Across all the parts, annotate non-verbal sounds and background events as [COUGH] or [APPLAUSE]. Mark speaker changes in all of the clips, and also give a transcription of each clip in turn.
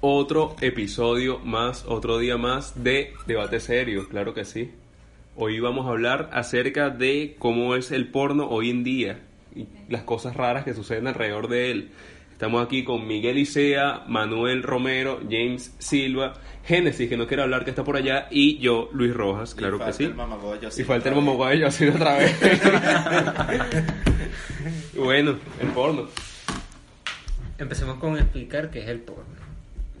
Speaker 1: Otro episodio más, otro día más de debate serio, claro que sí. Hoy vamos a hablar acerca de cómo es el porno hoy en día y las cosas raras que suceden alrededor de él. Estamos aquí con Miguel Isea, Manuel Romero, James Silva, Génesis, que no quiere hablar, que está por allá, y yo, Luis Rojas, claro que sí. Y falta el mamaguayo así otra vez. [LAUGHS] bueno, el porno.
Speaker 2: Empecemos con explicar qué es el porno.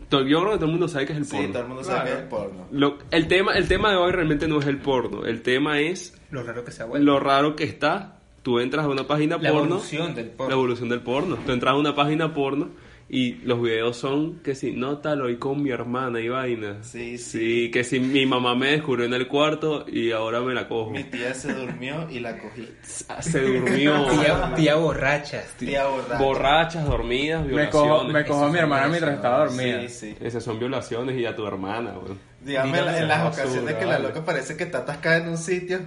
Speaker 1: To- Yo creo que todo el mundo sabe que es el
Speaker 3: Sí,
Speaker 1: porno.
Speaker 3: todo el mundo sabe que es porno.
Speaker 1: Lo- el, tema, el tema de hoy realmente no es el porno. El tema es
Speaker 2: Lo raro que se ha vuelto.
Speaker 1: lo raro que está. Tú entras a una página
Speaker 2: la
Speaker 1: porno.
Speaker 2: evolución del
Speaker 1: La
Speaker 2: porno.
Speaker 1: evolución del porno. Tú entras a una página porno y los videos son que si no tal hoy con mi hermana y vaina.
Speaker 3: Sí, sí.
Speaker 1: que si mi mamá me descubrió en el cuarto y ahora me la cojo.
Speaker 3: Mi tía se durmió y la cogí.
Speaker 1: [LAUGHS] Se
Speaker 3: [LAUGHS]
Speaker 1: durmió.
Speaker 2: Tía, tía borracha.
Speaker 3: Tía borracha.
Speaker 1: Borrachas, dormidas,
Speaker 4: Me
Speaker 1: violaciones.
Speaker 4: cojo, me cojo a mi
Speaker 2: Eso es
Speaker 4: hermana
Speaker 2: una
Speaker 4: mientras
Speaker 2: violación.
Speaker 4: estaba dormida.
Speaker 3: Sí, sí.
Speaker 1: Esas son violaciones y a tu hermana, weón.
Speaker 3: Dígame
Speaker 1: Dígame
Speaker 3: en
Speaker 1: esa
Speaker 3: las
Speaker 1: basura,
Speaker 3: ocasiones que la
Speaker 1: vale.
Speaker 3: loca parece que está atascada en un sitio.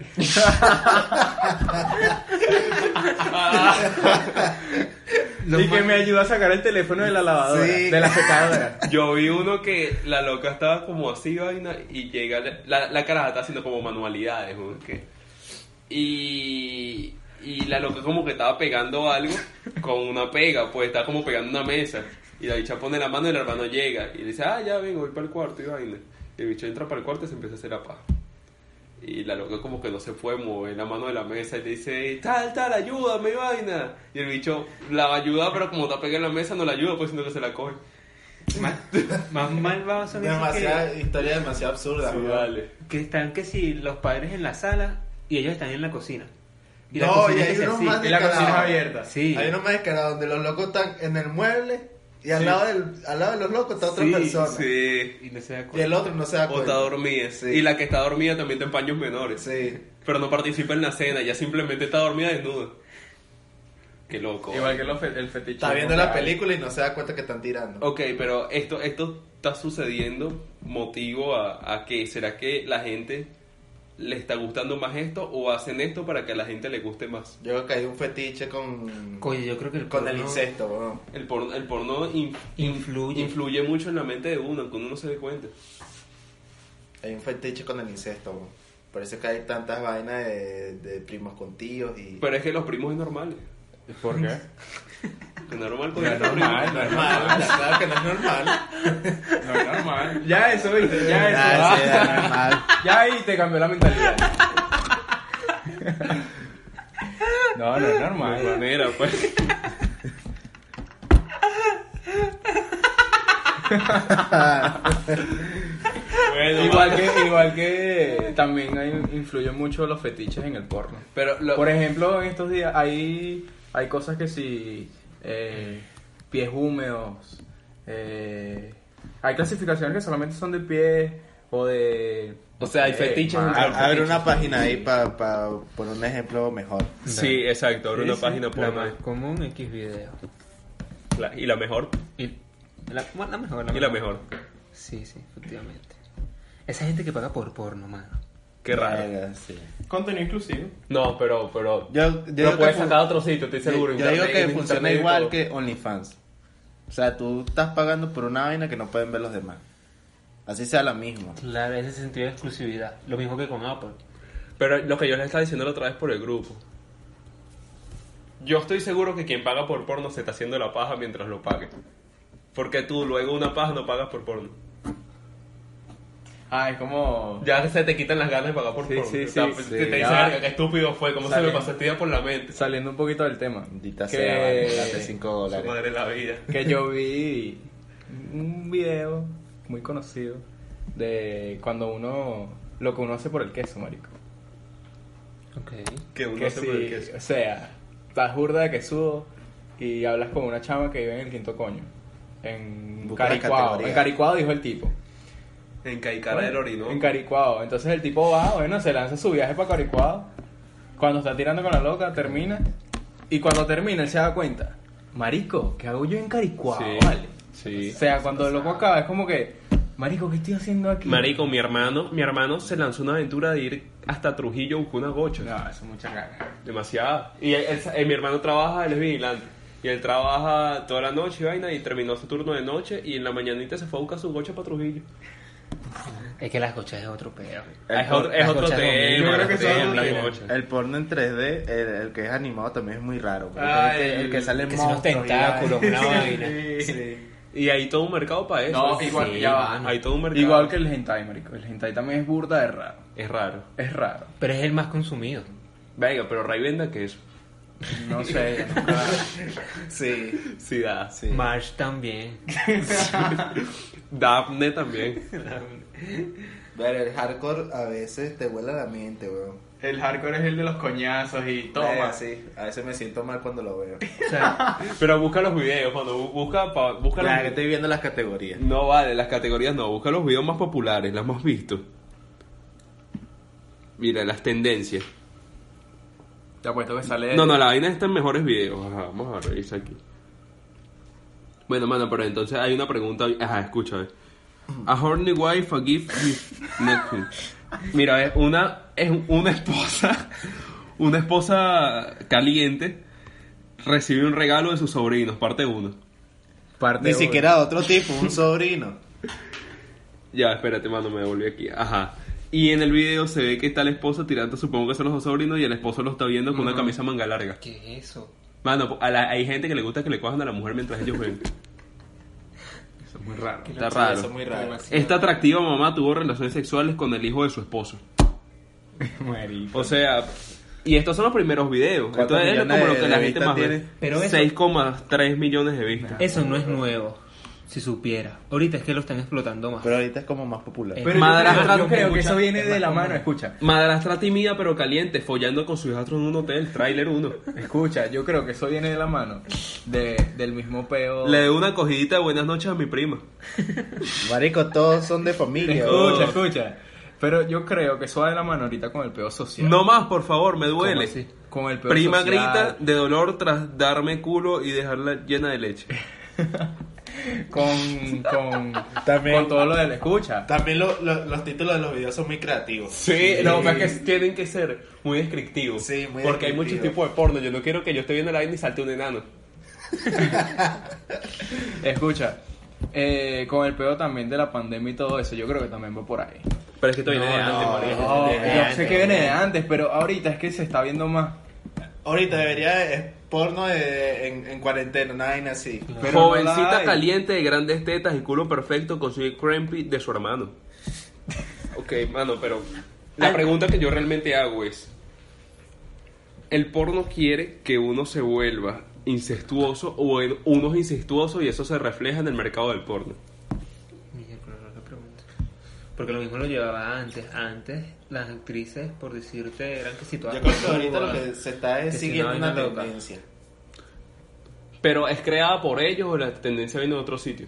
Speaker 4: Y que me ayudó a sacar el teléfono de la lavadora,
Speaker 3: Sí.
Speaker 4: de la secadora.
Speaker 1: Yo vi uno que la loca estaba como así, vaina, y llega la, la caraja está haciendo como manualidades, ¿no? que- y, y la loca como que estaba pegando algo con una pega, pues estaba como pegando una mesa. Y la bicha pone la mano y el hermano llega y le dice, ah, ya vengo, voy para el cuarto y vaina. Y el bicho entra para el cuarto y se empieza a hacer la paz. Y la loca como que no se puede mover la mano de la mesa y le dice, tal, tal, ayúdame, vaina. Y el bicho la ayuda, pero como está pegada en la mesa, no la ayuda, pues sino que se la coge.
Speaker 2: Más, más malvados son esos
Speaker 3: Demasiada
Speaker 2: que,
Speaker 3: historia demasiado absurda.
Speaker 1: Sí,
Speaker 3: weón.
Speaker 1: vale.
Speaker 2: que están que si los padres en la sala y ellos están en la cocina. Y la
Speaker 3: No, y
Speaker 2: cocina es
Speaker 3: hay
Speaker 2: que
Speaker 3: unos
Speaker 2: así.
Speaker 3: más
Speaker 4: Y la cocina es
Speaker 3: descarados.
Speaker 4: abierta.
Speaker 2: Sí.
Speaker 3: Hay unos más descarados donde los locos están en el mueble y al, lado, del, al lado de los locos está otra
Speaker 2: Sí,
Speaker 3: persona.
Speaker 1: Sí.
Speaker 2: Y no se da
Speaker 3: Y
Speaker 2: cuenta.
Speaker 3: el otro no se da
Speaker 1: O está
Speaker 3: cuenta.
Speaker 1: dormida.
Speaker 3: Sí.
Speaker 1: Y la que está dormida también está en paños menores.
Speaker 3: Sí.
Speaker 1: Pero no participa en la cena, ya simplemente está dormida desnuda. Qué loco.
Speaker 4: Igual que los fe- el fetiche.
Speaker 3: Está viendo la película y no se da cuenta que están tirando.
Speaker 1: Ok, pero esto, esto está sucediendo motivo a, a que será que la gente le está gustando más esto o hacen esto para que a la gente le guste más.
Speaker 3: Yo creo que hay un fetiche con,
Speaker 2: Coño, yo creo que el
Speaker 3: con el
Speaker 2: porno-
Speaker 3: incesto, weón.
Speaker 1: El porno, el porno in-
Speaker 2: Influye.
Speaker 1: influye mucho en la mente de uno, aunque uno no se dé cuenta.
Speaker 3: Hay un fetiche con el incesto, weón. Por eso es que hay tantas vainas de, de primos con tíos y...
Speaker 1: Pero es que los primos es normal.
Speaker 4: ¿Por qué?
Speaker 1: [LAUGHS] Es normal con
Speaker 4: No es
Speaker 1: los primos.
Speaker 4: normal, no es
Speaker 3: Ah, normal, claro que no
Speaker 1: [LAUGHS]
Speaker 3: es normal.
Speaker 4: No es normal. Ya eso, viste, ya eso.
Speaker 3: Ya, sí, es normal.
Speaker 4: Ya ahí te cambió la mentalidad. No, no es
Speaker 1: No hay
Speaker 4: normal.
Speaker 1: manera, pues. bueno,
Speaker 4: Igual que, igual que también hay- influyen mucho los fetiches en el porno.
Speaker 1: Pero lo-
Speaker 4: Por ejemplo, en estos días hay, hay cosas que si eh, pies húmedos, eh, hay clasificaciones que solamente son de pies o de...
Speaker 1: O sea, hay
Speaker 4: eh,
Speaker 1: fetiches
Speaker 3: ah,
Speaker 4: manos,
Speaker 1: entre los
Speaker 3: Abre
Speaker 4: fetiches.
Speaker 3: una página ahí para poner un ejemplo mejor.
Speaker 1: sí, exacto, abre una
Speaker 2: Sí,
Speaker 1: página
Speaker 2: La más
Speaker 1: porno
Speaker 2: común, X video.
Speaker 1: La- y la mejor
Speaker 2: Y la, bueno, la mejor,
Speaker 1: y la mejor.
Speaker 2: Sí, sí, efectivamente. Esa gente que paga por porno, mano.
Speaker 1: Qué raro.
Speaker 3: Verga, sí.
Speaker 4: Contenido inclusivo.
Speaker 1: No, pero pero
Speaker 3: Yo, yo digo
Speaker 1: lo puedes
Speaker 3: que fun-
Speaker 1: sacar a otro sitio, estoy
Speaker 3: yo-
Speaker 1: seguro.
Speaker 3: yo digo
Speaker 1: internet,
Speaker 3: que
Speaker 1: internet
Speaker 3: funciona
Speaker 1: y
Speaker 3: igual
Speaker 1: todo.
Speaker 3: que OnlyFans. O sea, tú estás pagando por una vaina que no pueden ver los demás. Así sea la misma.
Speaker 2: Claro, ese sentido de exclusividad. Lo mismo que con Apple.
Speaker 1: Pero lo que yo les estaba diciendo la otra vez por el grupo. Yo estoy seguro que quien paga por porno se está haciendo la paja mientras lo pague. Porque tú luego una paja no pagas por porno.
Speaker 4: Ah, es como.
Speaker 1: Ya se te quitan las ganas de pagar por
Speaker 4: Sí,
Speaker 1: porno.
Speaker 4: sí,
Speaker 1: O sea,
Speaker 4: sí,
Speaker 1: pues,
Speaker 4: sí,
Speaker 1: te dices,
Speaker 4: ya.
Speaker 1: "Verga, qué estúpido fue, cómo se
Speaker 4: Sale.
Speaker 1: me pasó este día por la mente.
Speaker 4: Saliendo un poquito del tema.
Speaker 3: Maldita
Speaker 4: que-
Speaker 3: sea, vale, date 5
Speaker 1: Su
Speaker 3: dólares.
Speaker 1: madre la vida.
Speaker 4: que yo vi un video muy conocido de cuando uno lo que uno hace por el queso, marico.
Speaker 1: Que uno
Speaker 4: Que
Speaker 1: se puede que
Speaker 4: si, o sea, estás burda de quesudo y hablas con una chama que vive en el quinto coño. En
Speaker 3: Busca la
Speaker 4: Caricuado.
Speaker 3: categoría.
Speaker 4: En Caricuado dijo el tipo.
Speaker 1: En Caicara del Orinoco.
Speaker 4: En Caricuado. Entonces el tipo va, bueno, se lanza su viaje para Caricuado. Cuando está tirando con la loca, termina. Y cuando termina, él se da cuenta. Marico, ¿qué hago yo en Caricuado?
Speaker 1: Sí,
Speaker 4: Vale.
Speaker 1: sí.
Speaker 4: O sea, cuando el loco acaba, es como que, Marico, ¿qué estoy haciendo aquí?
Speaker 1: Marico, mi hermano, mi hermano se lanzó una aventura de ir hasta Trujillo a buscar una gocha.
Speaker 4: No, eso es mucha caga.
Speaker 1: Demasiada. Y él- él- eh, mi hermano trabaja, él es vigilante. Y él trabaja toda la noche y vaina y terminó su turno de noche y en la mañanita se fue a buscar su gocha para Trujillo.
Speaker 2: Es que las gochas es otro pedo.
Speaker 1: Es otro, es
Speaker 2: las
Speaker 1: otro
Speaker 2: gochas dominan.
Speaker 1: tema.
Speaker 4: Yo creo que
Speaker 1: es
Speaker 4: son
Speaker 1: otro
Speaker 4: otro
Speaker 1: tema,
Speaker 4: tema.
Speaker 1: las gochas.
Speaker 3: El porno en 3D, el, el que es animado también es muy raro. porque
Speaker 4: Ay,
Speaker 3: el, que, el que sale
Speaker 2: Que son los
Speaker 3: monstruo,
Speaker 2: tentáculos, [LAUGHS] una vaina.
Speaker 1: Y hay todo un mercado para eso.
Speaker 4: No, igual que ya va.
Speaker 1: Hay todo un mercado.
Speaker 4: Igual que el hentai, marico. El hentai también es burda de raro.
Speaker 1: Es raro.
Speaker 4: Es raro.
Speaker 2: Pero es el más consumido.
Speaker 1: Venga, pero Ray venda que eso.
Speaker 4: No sé. nunca-
Speaker 3: [LAUGHS] Sí,
Speaker 1: Sí, da.
Speaker 3: sí.
Speaker 2: Marsh también.
Speaker 1: Daphne también.
Speaker 3: Pero el hardcore a veces te vuela la mente, weón.
Speaker 4: El hardcore es el de los coñazos y
Speaker 3: Eh,
Speaker 4: toma.
Speaker 3: sí. A veces me siento mal cuando lo
Speaker 4: [LAUGHS]
Speaker 3: veo.
Speaker 2: O sea,
Speaker 1: Pero busca los videos, cuando bu- busca, pa- busca los-
Speaker 3: Claro, que estoy viendo las categorías.
Speaker 1: No vale, las categorías no, busca los videos más populares, las más vistos. Mira, las tendencias.
Speaker 4: Te apuesto que sale.
Speaker 1: No, no, la vaina está en mejores videos. Ajá, vamos a revisar aquí. Bueno, mano, pero entonces hay una pregunta. Ajá, escucha, a ver. A horny wife, a gift with Netflix. Mira, es una, es una esposa, una esposa caliente recibe un regalo de sus sobrinos, parte 1.
Speaker 4: Parte
Speaker 3: Ni
Speaker 4: uno.
Speaker 3: siquiera otro tipo,
Speaker 4: [LAUGHS]
Speaker 3: un sobrino.
Speaker 1: Ya, espérate, mano, me devolví aquí. Ajá. Y en el video se ve que está la esposa tirando, supongo que son los dos sobrinos, y el esposo lo está viendo con una camisa manga larga.
Speaker 2: ¿qué es eso?
Speaker 1: Mano, a la- hay gente que le gusta que le cojan a la mujer mientras ellos ven.
Speaker 4: Eso es muy raro.
Speaker 1: Está raro.
Speaker 3: Eso es muy raro.
Speaker 1: Esta atractiva mamá tuvo relaciones sexuales con el hijo de su esposo.
Speaker 4: Marico.
Speaker 1: O sea, y estos son los primeros videos.
Speaker 3: ¿Cuántos
Speaker 1: Entonces es
Speaker 3: millones
Speaker 1: como lo
Speaker 3: de-
Speaker 1: que la
Speaker 3: de
Speaker 1: gente
Speaker 3: vistas
Speaker 1: más ve.
Speaker 3: tiene?
Speaker 2: Pero eso-
Speaker 1: 6,3 millones de vistas.
Speaker 2: Eso no es nuevo. Si supiera. Ahorita es que lo están explotando más.
Speaker 3: Pero ahorita es como más popular.
Speaker 2: Eh.
Speaker 4: Pero yo
Speaker 1: Madrastra-
Speaker 4: creo- yo creo que
Speaker 2: escucha,
Speaker 4: eso viene
Speaker 2: es
Speaker 4: de
Speaker 2: más
Speaker 4: la
Speaker 2: común.
Speaker 4: mano, escucha.
Speaker 1: Madrastra tímida pero caliente, follando con su hijastro en un hotel, tráiler 1.
Speaker 4: Escucha, yo creo que eso viene de la mano de, del mismo peo.
Speaker 1: Le doy una cogidita de buenas noches a mi prima.
Speaker 3: Marico, todos son de familia. weón.
Speaker 4: Escucha, escucha. Pero yo creo que eso va de la mano ahorita con el peo social.
Speaker 1: No más, por favor, me
Speaker 4: ¿Cómo
Speaker 1: duele.
Speaker 4: así? Con el peo
Speaker 1: Prima
Speaker 4: social.
Speaker 1: grita de dolor tras darme culo y dejarla llena de leche.
Speaker 4: Con, con,
Speaker 3: También-
Speaker 4: con todo lo de la escucha.
Speaker 3: También lo- lo- los títulos de los videos son muy
Speaker 1: [LAUGHS]
Speaker 3: creativos.
Speaker 1: Sí, no, pero es que tienen que ser muy descriptivos.
Speaker 3: Sí, muy
Speaker 1: Porque hay
Speaker 3: descriptivos.
Speaker 1: muchos tipos de porno. Yo no quiero que yo esté viendo la vaina y salte un enano.
Speaker 4: Escucha. eh, con el peo también de la pandemia y todo eso, yo creo que también va por ahí. Eh,
Speaker 1: Pero es que esto viene de antes, marico.
Speaker 4: No,
Speaker 3: desde
Speaker 4: yo sé
Speaker 3: antes,
Speaker 4: que viene de antes, pero ahorita es que se está viendo más.
Speaker 3: Ahorita debería es porno de- en, en cuarentena, una vaina así.
Speaker 4: Pero no la
Speaker 1: Jovencita
Speaker 4: hay.
Speaker 1: caliente de grandes tetas y culo perfecto consigue crampy de su hermano. [LAUGHS] ok, mano, pero la pregunta que yo realmente hago es: ¿el porno quiere que uno se vuelva incestuoso o en- uno es incestuoso y eso se refleja en el mercado del porno?
Speaker 2: Miguel, pero no lo pregunto. Porque lo mismo lo llevaba antes. Antes las actrices, por decirte, eran que situadas.
Speaker 3: Yo creo que ahorita lo que se está
Speaker 2: Que
Speaker 3: es
Speaker 2: si
Speaker 3: siguiendo
Speaker 2: no,
Speaker 3: una
Speaker 2: vaina loca.
Speaker 3: tendencia.
Speaker 1: ¿Pero es creada por ellos o la tendencia viene de otro sitio?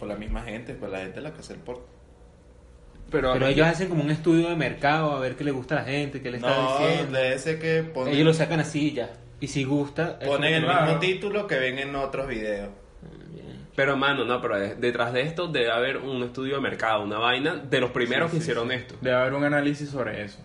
Speaker 3: Por la misma gente, por la gente la que hace el porno.
Speaker 1: Pero,
Speaker 2: Pero ellos hacen como un estudio de mercado a ver qué le gusta a la gente, qué le está
Speaker 3: No,
Speaker 2: diciendo.
Speaker 3: debe ser que ponen,
Speaker 2: Ellos lo sacan así y ya. Y si gusta. es
Speaker 3: ponen el
Speaker 2: como-
Speaker 3: mismo título que ven en otros videos.
Speaker 1: Pero, mano, no, pero de- detrás de esto debe haber un estudio de mercado, una vaina de los primeros que hicieron esto.
Speaker 4: Debe haber un análisis sobre eso.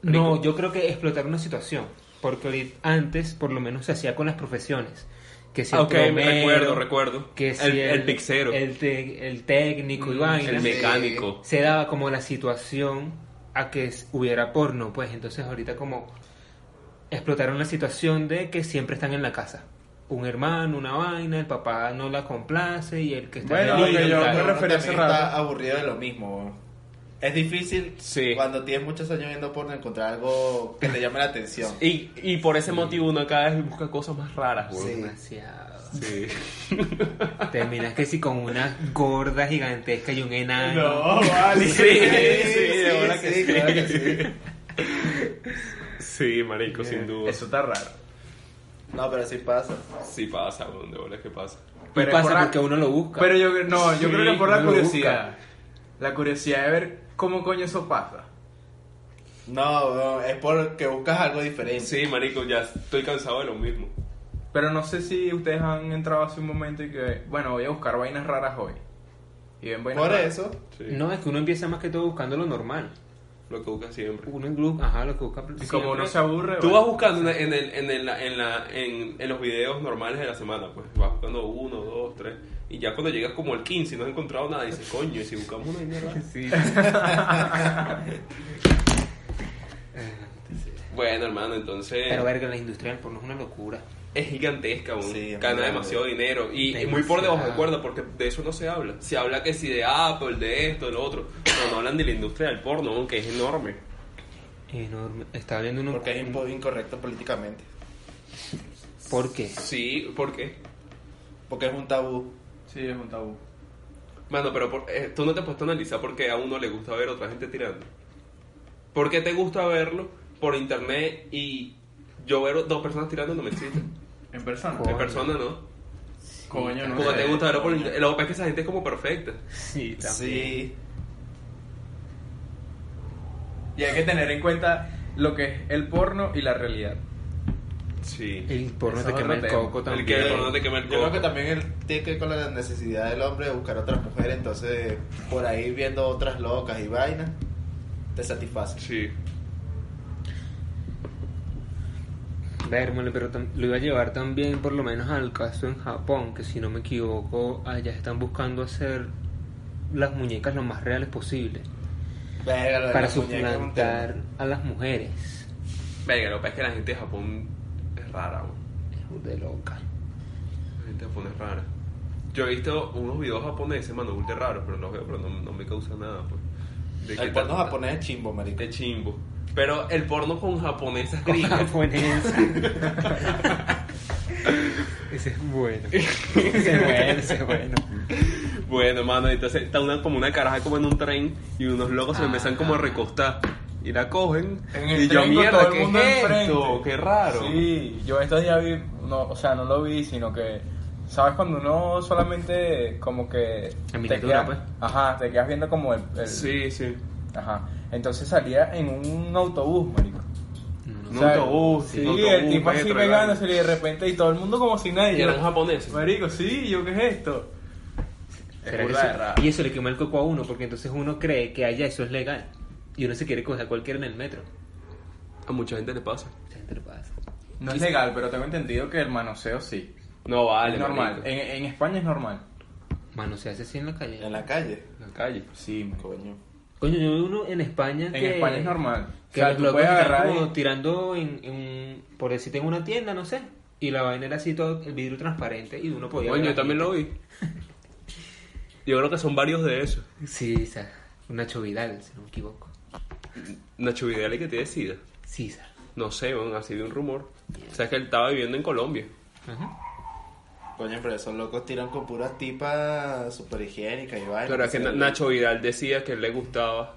Speaker 2: No, yo creo que explotar una situación. Porque ahorita- antes, por lo menos, se hacía con las profesiones. Que si el
Speaker 1: Ah, ok, me
Speaker 2: plomero,
Speaker 1: recuerdo, recuerdo.
Speaker 2: Que si
Speaker 1: El- el pixero. Mm,
Speaker 2: El, te- el técnico y vainas.
Speaker 1: El mecánico.
Speaker 2: Se daba como la situación a que s- hubiera porno. Pues entonces, ahorita, como explotaron la situación de que siempre están en la casa. un hermano, una vaina, el papá no la complace y el que está
Speaker 4: Bueno,
Speaker 2: en
Speaker 4: lo
Speaker 2: el
Speaker 4: que
Speaker 2: lío,
Speaker 4: yo
Speaker 2: claro.
Speaker 4: me
Speaker 3: Uno
Speaker 4: refería
Speaker 3: también
Speaker 4: hace rato.
Speaker 3: está aburrido de lo mismo. bro. Es difícil
Speaker 1: Sí.
Speaker 3: cuando tienes muchos años viendo porno encontrar algo que te llame la atención.
Speaker 1: Y, y por ese motivo uno cada vez busca cosas más raras, güey.
Speaker 3: Sí.
Speaker 2: Demasiado.
Speaker 1: Sí.
Speaker 2: Terminas que si con una gorda gigantesca y un enano.
Speaker 3: vale.
Speaker 1: Sí, sí, de verdad que sí.
Speaker 3: claro que sí.
Speaker 1: Sí, marico, sin duda.
Speaker 4: Eso está raro.
Speaker 3: No, pero sí pasa.
Speaker 1: Sí pasa, güey, de verdad que pasa.
Speaker 2: Y
Speaker 4: Pero es por
Speaker 2: pasa
Speaker 4: la-
Speaker 2: porque uno lo busca.
Speaker 4: Pero yo, no, yo
Speaker 1: Sí,
Speaker 4: creo que por la
Speaker 1: uno lo
Speaker 4: curiosidad. La curiosidad de ver cómo coño eso pasa.
Speaker 3: No, no, es porque buscas algo diferente.
Speaker 1: Sí, marico, ya estoy cansado de lo mismo.
Speaker 4: Pero no sé si ustedes han entrado hace un momento y que, bueno, voy a buscar vainas raras hoy. Y ven vainas
Speaker 3: Por
Speaker 4: raras.
Speaker 3: eso,
Speaker 1: Sí.
Speaker 2: No, es que uno empieza más que todo buscando lo normal.
Speaker 1: Lo que busca siempre.
Speaker 2: Uno en grupo, ajá, lo que busca.
Speaker 4: Y como
Speaker 2: siempre.
Speaker 4: uno se aburre.
Speaker 1: Tú
Speaker 4: bueno.
Speaker 1: vas buscando en, el, en, el- en, la, en, en los videos normales de la semana, pues vas buscando uno, dos, tres. Y ya cuando llegas como al 15 y no has encontrado nada, dices, coño, ¿y si buscamos una vaina rara?
Speaker 2: Sí.
Speaker 1: Bueno, hermano, entonces
Speaker 2: Pero verga, la industria del porno es una locura.
Speaker 1: es gigantesca, güey.
Speaker 3: Sí,
Speaker 1: gana
Speaker 3: es muy grande.
Speaker 1: demasiado dinero y, y
Speaker 2: Demasiado.
Speaker 1: muy por debajo de cuerda porque de eso no se habla. Se habla que si de Apple, de esto, de lo otro, pero no hablan de la industria del porno, güey, que es enorme.
Speaker 2: Enorme. Estaba viendo uno.
Speaker 3: porque es impo- incorrecto políticamente.
Speaker 2: ¿Por qué?
Speaker 1: Sí, ¿por qué?
Speaker 3: Porque es un tabú.
Speaker 4: Sí, es un tabú.
Speaker 1: Mano, pero por- eh, tú no te has puesto a analizar por qué a uno le gusta ver a otra gente tirando. ¿Por qué te gusta verlo por internet y yo ver dos personas tirando no me excita?
Speaker 4: En persona.
Speaker 1: En
Speaker 2: Coño.
Speaker 1: persona no.
Speaker 4: Coño, no
Speaker 1: Porque
Speaker 4: sé.
Speaker 1: te gusta verlo por internet. Lo que pasa es que esa gente es como perfecta.
Speaker 2: Sí,
Speaker 3: Sí.
Speaker 4: Y hay que tener en cuenta lo que es el porno y la realidad.
Speaker 1: Sí.
Speaker 2: El porno
Speaker 4: Eso
Speaker 2: te
Speaker 4: es
Speaker 2: quema el
Speaker 4: otro tema.
Speaker 2: coco
Speaker 1: El
Speaker 2: también.
Speaker 1: que el porno te quema el
Speaker 3: Yo creo que
Speaker 1: coco.
Speaker 3: también él tiene que ver con la necesidad del hombre de buscar otra mujer, entonces por ahí viendo otras locas y vainas, te satisface.
Speaker 1: Sí.
Speaker 2: Vérmelo, pero tam- lo iba a llevar también por lo menos al caso en Japón, que si no me equivoco, allá están buscando hacer las muñecas lo más reales posible
Speaker 3: Verga, lo de
Speaker 2: para
Speaker 3: las muñecas es un tema.
Speaker 2: suplantar a las mujeres.
Speaker 1: Venga, lo que pasa es que la gente de Japón es rara, güey.
Speaker 2: Es de loca.
Speaker 1: La gente de Japón es rara. Yo he visto unos videos japoneses, mano, ultra raros, pero los veo, pero no, no me causa nada, pues. De
Speaker 3: El
Speaker 1: que
Speaker 3: porno
Speaker 1: tal-
Speaker 3: japonés es chimbo, marico.
Speaker 1: de chimbo. Pero el porno con japonesas
Speaker 2: Con
Speaker 4: Ah,
Speaker 2: [LAUGHS]
Speaker 1: gringas.
Speaker 2: japonesa. Ese es bueno. Ese es bueno, ese es bueno.
Speaker 1: [LAUGHS] Bueno, mano, entonces está una, como una caraja como en un tren y unos locos se
Speaker 2: Ah.
Speaker 1: empiezan como a recostar. Y la cogen.
Speaker 4: En el
Speaker 1: y yo,
Speaker 4: tren con
Speaker 1: mierda,
Speaker 4: todo el
Speaker 1: ¿qué
Speaker 4: mundo
Speaker 1: es
Speaker 4: enfrente".
Speaker 1: esto? Qué raro.
Speaker 4: Sí, yo estos días vi, no, o sea, no lo vi, sino que, ¿sabes? Cuando uno solamente como que...
Speaker 2: En
Speaker 4: te
Speaker 2: miniatura,
Speaker 4: quedas,
Speaker 2: pues.
Speaker 4: Ajá, te quedas viendo como el... el-
Speaker 1: Sí, sí.
Speaker 4: Ajá. Entonces salía en un autobús, marico.
Speaker 2: Mm.
Speaker 1: Un
Speaker 4: O sea,
Speaker 1: autobús,
Speaker 4: Sí,
Speaker 1: un
Speaker 4: el
Speaker 1: autobús,
Speaker 4: tipo así
Speaker 1: metro,
Speaker 4: pegándose y de repente y todo el mundo como si nadie.
Speaker 1: Y eran japoneses.
Speaker 4: Marico, sí, ¿yo qué es esto?
Speaker 2: ¿Será que
Speaker 4: burda de
Speaker 2: eso-
Speaker 4: raro.
Speaker 2: y eso le quema el coco a uno, porque entonces uno cree que allá eso es legal. Y uno se quiere coger a cualquiera en el metro.
Speaker 1: A mucha gente le pasa.
Speaker 2: Esa gente le pasa.
Speaker 4: No es legal, pero tengo entendido que el manoseo sí.
Speaker 1: No vale,
Speaker 4: es normal.
Speaker 1: marico.
Speaker 4: En, en España es normal.
Speaker 2: Mano, se hace así en la calle.
Speaker 3: En la calle.
Speaker 1: En la calle.
Speaker 4: Sí,
Speaker 3: Coño.
Speaker 2: Coño, yo veo uno en España
Speaker 4: En
Speaker 2: que...
Speaker 4: España es normal.
Speaker 2: Que
Speaker 4: o sea,
Speaker 2: los
Speaker 4: tú
Speaker 2: locos
Speaker 4: puedes
Speaker 2: están
Speaker 4: agarrar
Speaker 2: como
Speaker 4: y...
Speaker 2: tirando en, en un... Por decirte en una tienda, no sé. Y la vaina era así todo, el vidrio transparente y uno podía...
Speaker 1: Coño, yo
Speaker 2: ver la
Speaker 1: también lo
Speaker 2: gente.
Speaker 4: [LAUGHS]
Speaker 1: vi. Yo creo que son varios de esos.
Speaker 2: Sí, esa. Nacho Vidal, si no me equivoco.
Speaker 1: Nacho Vidal y que te decida.
Speaker 2: Sí, esa.
Speaker 1: No sé, bueno, así de un rumor. O sea, es que él estaba viviendo en Colombia.
Speaker 2: Ajá.
Speaker 3: Coño, pero esos locos tiran con puras tipas super higiénicas y vainas.
Speaker 1: Pero es que
Speaker 3: Sí.
Speaker 2: Este,
Speaker 1: Na- Nacho Vidal decía que le gustaba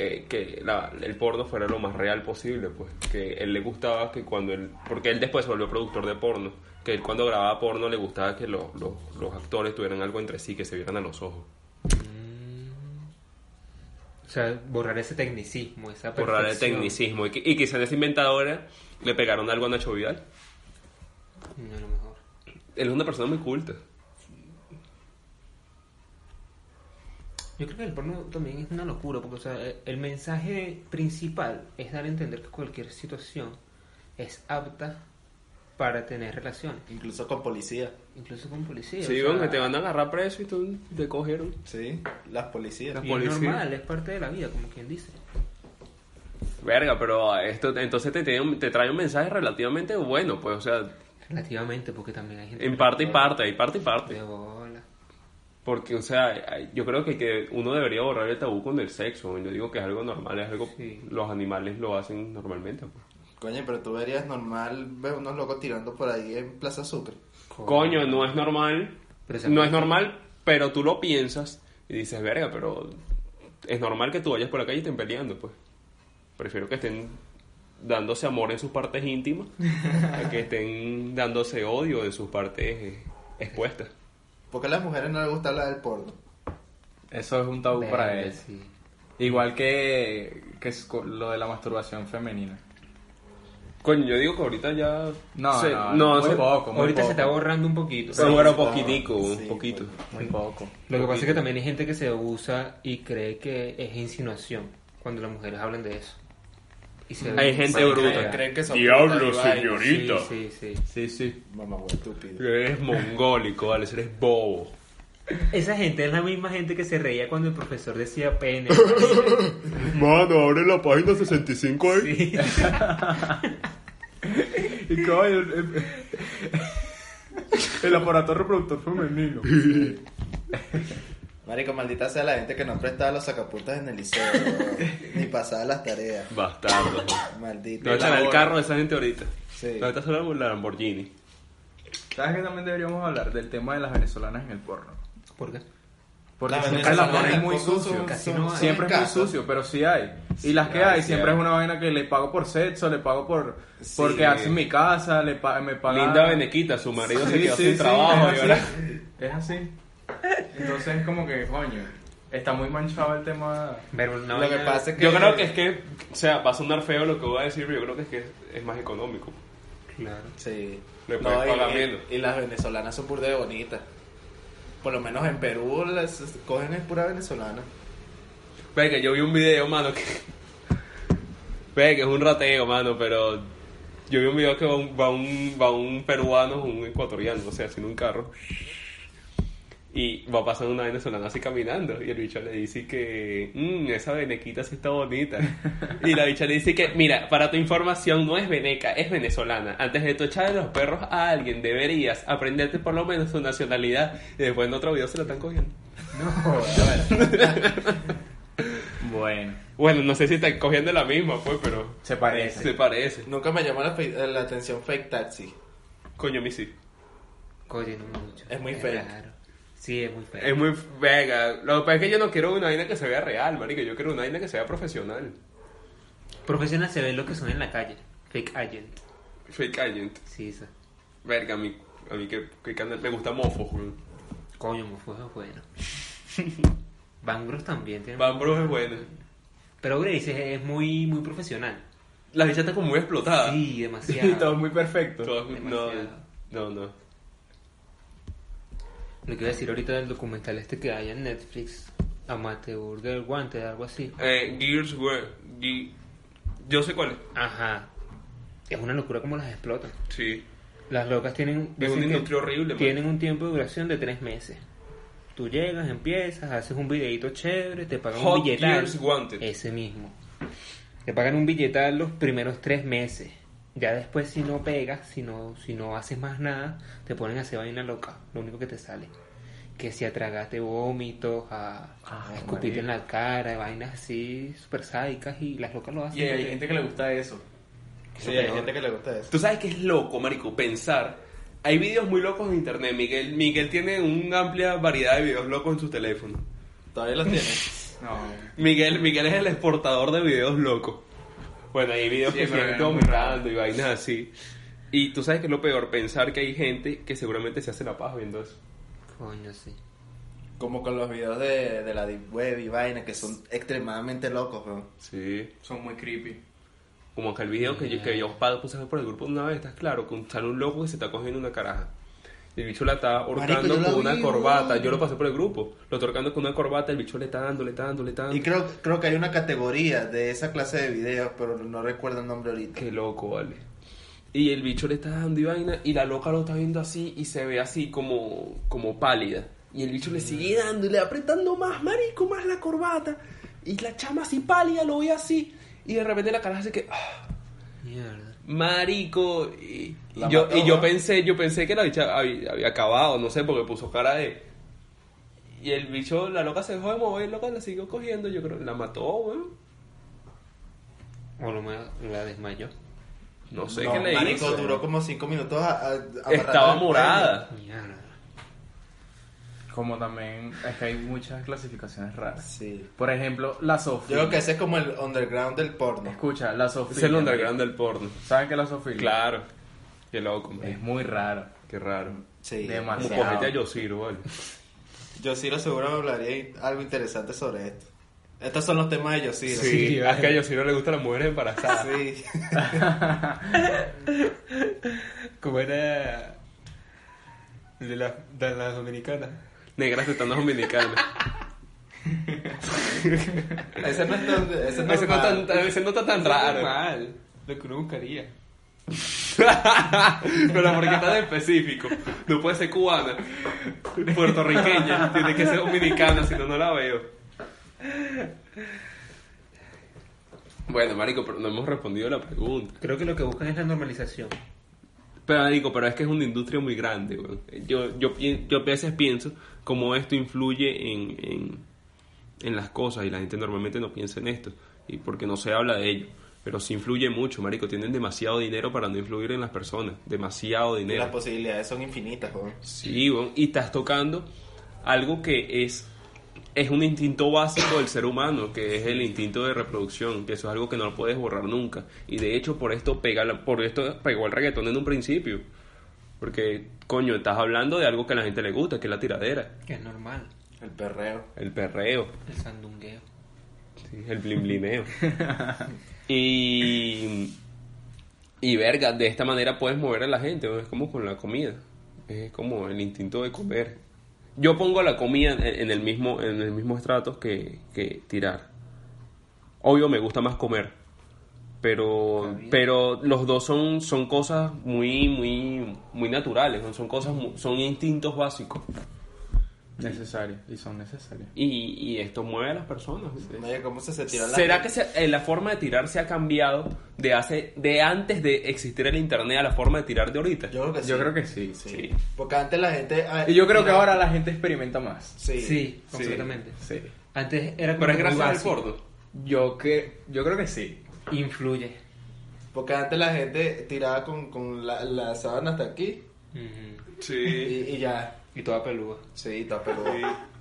Speaker 1: eh, que la- el porno fuera lo más real posible, pues que él le gustaba que cuando él, porque él después se volvió productor de porno, que él cuando grababa porno le gustaba que lo- lo- los actores tuvieran algo entre sí, que se vieran a los ojos.
Speaker 2: O sea, borrar ese tecnicismo, esa
Speaker 1: Borrar el
Speaker 2: perfección.
Speaker 1: tecnicismo. Y, que- y quizás en esa inventadora le pegaron algo a Nacho Vidal.
Speaker 2: No, a lo mejor.
Speaker 1: Él es una persona muy culta.
Speaker 2: Yo creo que el porno también es una locura, porque o sea, el- el mensaje principal es dar a entender que cualquier situación es apta para tener relaciones,
Speaker 3: Incluso con policía.
Speaker 2: incluso con policías.
Speaker 1: Sí,
Speaker 2: o sea,
Speaker 1: bueno, que te van a agarrar preso y tú te cogieron.
Speaker 3: Sí, las policías.
Speaker 1: Las
Speaker 2: y
Speaker 1: policía.
Speaker 2: es normal, es parte de la vida, como quien dice.
Speaker 1: Verga, pero esto entonces te, tiene un- te trae un mensaje relativamente bueno, pues, o sea,
Speaker 2: Relativamente, porque también hay gente.
Speaker 1: En
Speaker 2: que
Speaker 1: parte y
Speaker 2: le-
Speaker 1: parte, hay parte y
Speaker 2: De
Speaker 1: parte.
Speaker 2: bola.
Speaker 1: Porque, o sea, hay- yo creo que, que uno debería borrar el tabú con el sexo. Yo digo que es algo normal, es algo
Speaker 2: Sí.
Speaker 1: los animales lo hacen normalmente. pues.
Speaker 3: Coño, pero tú verías normal ver unos locos tirando por ahí en Plaza Sucre.
Speaker 1: Coño, no es normal.
Speaker 2: Pero se
Speaker 1: no
Speaker 2: puede-
Speaker 1: es normal, pero tú lo piensas y dices, verga, pero es normal que tú vayas por la calle y estén peleando, pues. Prefiero que estén dándose amor en sus partes íntimas a que estén dándose odio en sus partes eh, expuestas.
Speaker 3: Porque a las mujeres no les gusta hablar del porno.
Speaker 4: Eso es un tabú
Speaker 2: Verga,
Speaker 4: para ellas.
Speaker 2: sí.
Speaker 4: Igual que, que es co- lo de la masturbación femenina.
Speaker 1: Coño, yo digo que ahorita ya...
Speaker 4: No,
Speaker 1: se-
Speaker 4: no,
Speaker 1: no,
Speaker 4: muy
Speaker 1: se-
Speaker 4: poco, muy
Speaker 2: Ahorita se
Speaker 4: poco,
Speaker 2: está borrando un poquito.
Speaker 1: Pero bueno,
Speaker 3: Sí,
Speaker 1: poquitico,
Speaker 3: sí,
Speaker 1: un poquito.
Speaker 4: Muy poco.
Speaker 2: Lo que pasa es que también hay gente que se usa y cree que es insinuación cuando las mujeres hablan de eso. Y se
Speaker 1: Hay gente bruta.
Speaker 2: Creen- creen
Speaker 3: Creen que son
Speaker 1: Diablo,
Speaker 3: putas y vainas.
Speaker 1: señorita.
Speaker 2: Sí, sí, sí.
Speaker 4: Sí, sí.
Speaker 3: Mamá, güey, estúpido.
Speaker 1: Eres mongólico, vale, eres bobo.
Speaker 2: Esa gente es la misma gente que se reía cuando el profesor decía pene.
Speaker 1: Mano, abre la página 65 ahí.
Speaker 2: Sí.
Speaker 4: Y coño, el,
Speaker 1: [LAUGHS]
Speaker 4: el- el aparato reproductor femenino.
Speaker 3: Marico, maldita sea la gente que no prestaba los sacapuntas en
Speaker 4: [LAUGHS]
Speaker 3: el liceo, güey, ni pasaba las tareas.
Speaker 1: Bastardo.
Speaker 3: Maldito.
Speaker 1: No echará el carro de esa gente ahorita.
Speaker 3: Sí.
Speaker 1: No, ahorita solo la Lamborghini.
Speaker 4: ¿Sabes que también deberíamos hablar del tema de las venezolanas en el porno?
Speaker 2: [LAUGHS] ¿Por qué?
Speaker 4: Porque
Speaker 3: Las
Speaker 4: siempre la
Speaker 3: venezolanas
Speaker 4: ponen muy
Speaker 3: tampoco
Speaker 4: sucio.
Speaker 3: son-
Speaker 2: Casi
Speaker 3: son-
Speaker 2: no hay.
Speaker 3: son
Speaker 4: Siempre es muy
Speaker 3: casas.
Speaker 4: sucio, pero sí hay. Y las que
Speaker 1: hay,
Speaker 4: hay,
Speaker 1: sí
Speaker 4: siempre
Speaker 1: hay.
Speaker 4: es una vaina que le pago por sexo, le pago por
Speaker 3: Sí.
Speaker 4: porque hacen mi casa, le pa- me pagan.
Speaker 1: Linda Benequita, su marido se
Speaker 4: Sí,
Speaker 1: quedó
Speaker 4: sí,
Speaker 1: sin
Speaker 4: sí,
Speaker 1: trabajo y
Speaker 4: es
Speaker 1: ahora.
Speaker 4: así. Es así. Entonces es como que, coño, está muy manchado el tema.
Speaker 2: Pero una
Speaker 3: Lo que
Speaker 2: vaina-
Speaker 3: pasa es que.
Speaker 1: Yo creo que es que, o sea, va a sonar feo lo que voy a decir, pero yo creo que es que es, es más económico.
Speaker 2: Claro.
Speaker 3: Sí.
Speaker 1: Le puedes pagar
Speaker 3: y,
Speaker 1: menos.
Speaker 3: y, las venezolanas son burda de bonitas. Por lo menos en Perú las cogen es pura venezolana.
Speaker 1: Venga, yo vi un video, mano, que. Venga, es un rateo, mano, pero. Yo vi un video que va un, va un, va un peruano, un ecuatoriano, o sea, haciendo un carro. Y va pasando una venezolana así caminando. Y el bicho le dice que. "Mm, esa venequita sí está bonita. Y la bicha le dice que, mira, para tu información, no es veneca, es venezolana. Antes de tu echarle los perros a alguien, deberías aprenderte por lo menos su nacionalidad. Y después en otro video se la están cogiendo.
Speaker 4: Bueno,
Speaker 1: Bueno, no sé si están cogiendo la misma, pues, pero.
Speaker 4: se parece.
Speaker 1: Se parece.
Speaker 3: Nunca me llamó la, fe- eh, la atención fake taxi.
Speaker 1: Coño, mi sí.
Speaker 2: Oye, no mucho.
Speaker 3: Es muy fake.
Speaker 2: Claro. Sí, es muy fake.
Speaker 1: Es muy vega. Lo que pasa es que yo no quiero una vaina que se vea real, marico. Yo quiero una vaina que se vea profesional.
Speaker 2: Profesional se ve lo que son en la calle. Fake agent.
Speaker 1: Fake agent.
Speaker 2: Sí, esa.
Speaker 1: Verga, a mí, a mí que, que canal- me gusta mofo, weón.
Speaker 2: Coño, me fue
Speaker 3: [LAUGHS]
Speaker 2: bueno. Bangros también tiene.
Speaker 1: Van Bros es buena.
Speaker 2: Pero Grace es, es muy, muy profesional.
Speaker 1: La bicha está como muy explotada.
Speaker 2: Sí,
Speaker 4: Y todo [LAUGHS]
Speaker 2: demasiado.
Speaker 4: es muy perfecto.
Speaker 1: Todas- no,
Speaker 2: Demasiado.
Speaker 1: no, no.
Speaker 2: Lo que iba a decir ahorita del documental este que hay en Netflix, Amateur del Guante, algo así.
Speaker 1: Eh, Gears, weón. Ge- Yo sé cuál es.
Speaker 2: Ajá. Es una locura como las explotan.
Speaker 1: Sí.
Speaker 2: Las locas tienen.
Speaker 1: Es
Speaker 2: dicen
Speaker 1: una
Speaker 2: que
Speaker 1: industria horrible, pues. man.
Speaker 2: Tienen un tiempo de duración de tres meses. Tú llegas, empiezas, haces un videito chévere, te pagan
Speaker 1: Hot
Speaker 2: un billetal.
Speaker 1: Gears Wanted.
Speaker 2: Ese mismo. Te pagan un billetal los primeros tres meses. Ya después, si no pegas, si no, si no haces más nada, te ponen a hacer vaina loca. Lo único que te sale. Que si atragaste vómitos, a,
Speaker 4: Ah,
Speaker 2: a escupirte en la cara, vainas así súper sádicas y las locas lo hacen.
Speaker 4: Y hay gente que le gusta eso.
Speaker 3: Sí, hay gente que le gusta eso.
Speaker 1: Tú sabes que es loco, marico, pensar. Hay videos muy locos en internet. Miguel, Miguel tiene una amplia variedad de videos locos en su teléfono.
Speaker 3: Todavía los tienen.
Speaker 4: [LAUGHS] No.
Speaker 1: Miguel, Miguel es el exportador de videos locos. Bueno, hay videos
Speaker 4: Sí,
Speaker 1: que
Speaker 4: pero
Speaker 1: se
Speaker 4: no muy
Speaker 1: vomitando y vainas así. Y tú sabes que es lo peor, pensar que hay gente que seguramente se hace la paz viendo eso.
Speaker 2: Coño, sí.
Speaker 3: Como con los videos de, de la Deep Web y vaina, que son extremadamente locos, weón.
Speaker 1: Sí.
Speaker 4: Son muy creepy.
Speaker 1: Como aquel video que yo, que yo pa- puse por el grupo una vez, estás claro, que un- sale un loco que se está cogiendo una caraja. Y el bicho la está
Speaker 3: Marico,
Speaker 1: ahorcando
Speaker 3: yo la
Speaker 1: con una
Speaker 3: vi,
Speaker 1: corbata.
Speaker 3: weón.
Speaker 1: Yo lo pasé por el grupo. Lo está ahorcando con una corbata, el bicho le está dando, le está dando, le está dando.
Speaker 3: Y creo, creo que hay una categoría de esa clase de videos, pero no recuerdo el nombre ahorita.
Speaker 1: Qué loco, vale. Y el bicho le está dando y vaina y la loca lo está viendo así y se ve así como, como pálida. Y el bicho le sigue dando y le apretando más, marico, más la corbata. Y la chama así pálida lo ve así. Y de repente la cara hace que... ah,
Speaker 2: Mierda.
Speaker 1: marico. Y, y
Speaker 3: La
Speaker 1: yo,
Speaker 3: mató,
Speaker 1: y yo
Speaker 3: ¿no?
Speaker 1: pensé, yo pensé que la bicha había, había acabado, no sé, porque puso cara de. Y el bicho, la loca se dejó de mover, loca la siguió cogiendo, yo creo, la mató, weón.
Speaker 2: O lo más la desmayó.
Speaker 1: No sé
Speaker 3: No,
Speaker 1: qué le
Speaker 3: marico,
Speaker 1: hizo.
Speaker 3: duró como 5 minutos a, a- amarrado
Speaker 1: Estaba
Speaker 3: al cuello.
Speaker 1: morada.
Speaker 2: Mierda.
Speaker 4: Como también es que hay muchas clasificaciones raras.
Speaker 3: Sí.
Speaker 4: Por ejemplo, la
Speaker 3: Yo
Speaker 4: sofía.
Speaker 3: creo que ese es como el underground del porno.
Speaker 4: Escucha, la sofía.
Speaker 1: Es el underground del porno.
Speaker 4: ¿Saben qué es la sofía?
Speaker 1: Claro. Qué loco,
Speaker 4: Es
Speaker 1: man.
Speaker 4: muy raro.
Speaker 1: Qué raro.
Speaker 3: Sí.
Speaker 1: Como
Speaker 4: Demasiado.
Speaker 3: demasiado.
Speaker 1: cogete a Yosiro, vale.
Speaker 3: Yo sí, lo seguro me hablaría algo interesante sobre esto. Estos son los temas de yo sí.
Speaker 1: Sí, es que a Yosiro le gustan las mujeres embarazadas.
Speaker 3: Sí.
Speaker 2: ¿Cómo era de las de las dominicanas?
Speaker 1: Negras tetanas dominicanas.
Speaker 3: Ese no es tan. Ese no
Speaker 1: Ese no, tan,
Speaker 3: es
Speaker 1: ese no está tan raro.
Speaker 2: Mal, lo que uno buscaría.
Speaker 1: [LAUGHS] Pero porque está tan específico. No puede ser cubana, puertorriqueña. Tiene que ser dominicana, si no, no la veo. Bueno, Marico, pero no hemos respondido la pregunta.
Speaker 2: Creo que lo que buscan es la normalización.
Speaker 1: Pero marico, pero es que es una industria muy grande, weón. Yo, yo, pien- yo a veces pienso cómo esto influye en, en, en las cosas y la gente normalmente no piensa en esto y porque no se habla de ello. Pero sí influye mucho, marico. Tienen demasiado dinero para no influir en las personas. Demasiado
Speaker 3: Las
Speaker 1: dinero.
Speaker 3: posibilidades son infinitas, weón.
Speaker 1: Sí, weón. Y estás tocando algo que es, es un instinto básico del ser humano, que es el instinto de reproducción, que eso es algo que no lo puedes borrar nunca. Y de hecho, por esto, pega la- por esto pegó el reggaetón en un principio. Porque, coño, estás hablando de algo que a la gente le gusta, que es la tiradera,
Speaker 2: Que es normal,
Speaker 3: El perreo.
Speaker 1: el perreo,
Speaker 2: el sandungueo.
Speaker 1: sí, el
Speaker 4: [LAUGHS]
Speaker 1: blimblineo. y. Y verga, de esta manera puedes mover a la gente, ¿no? es como con la comida, es como el instinto de comer. Yo pongo la comida en, en el mismo en el mismo estrato que, que tirar. Obvio me gusta más comer, pero pero los dos son son cosas muy muy muy naturales, ¿no? son cosas mu- son instintos básicos
Speaker 4: Necesarios. Y son necesarios.
Speaker 1: y, y esto mueve a las personas. ¿no?
Speaker 3: Oye, ¿cómo se se tiran las
Speaker 1: ¿Será que se- eh, la forma de tirar se ha cambiado de hace de antes de existir el internet a la forma de tirar de ahorita?
Speaker 3: Yo creo que sí.
Speaker 4: Yo creo que sí.
Speaker 3: sí.
Speaker 1: Sí.
Speaker 3: Porque antes la gente. ah,
Speaker 4: Y yo creo que
Speaker 3: mira,
Speaker 4: ahora la gente experimenta más.
Speaker 3: Sí.
Speaker 2: Sí, completamente.
Speaker 4: Sí.
Speaker 2: Antes era como
Speaker 1: Pero es
Speaker 2: muy
Speaker 1: gracias al
Speaker 2: básico.
Speaker 1: gordo.
Speaker 4: Yo, que, yo creo que sí.
Speaker 2: Influye.
Speaker 3: Porque antes la gente tiraba con, con la, la sábana hasta aquí.
Speaker 2: Ujú.
Speaker 3: Y,
Speaker 1: Sí.
Speaker 3: y ya.
Speaker 2: Y toda peluda.
Speaker 3: Sí, está peludo.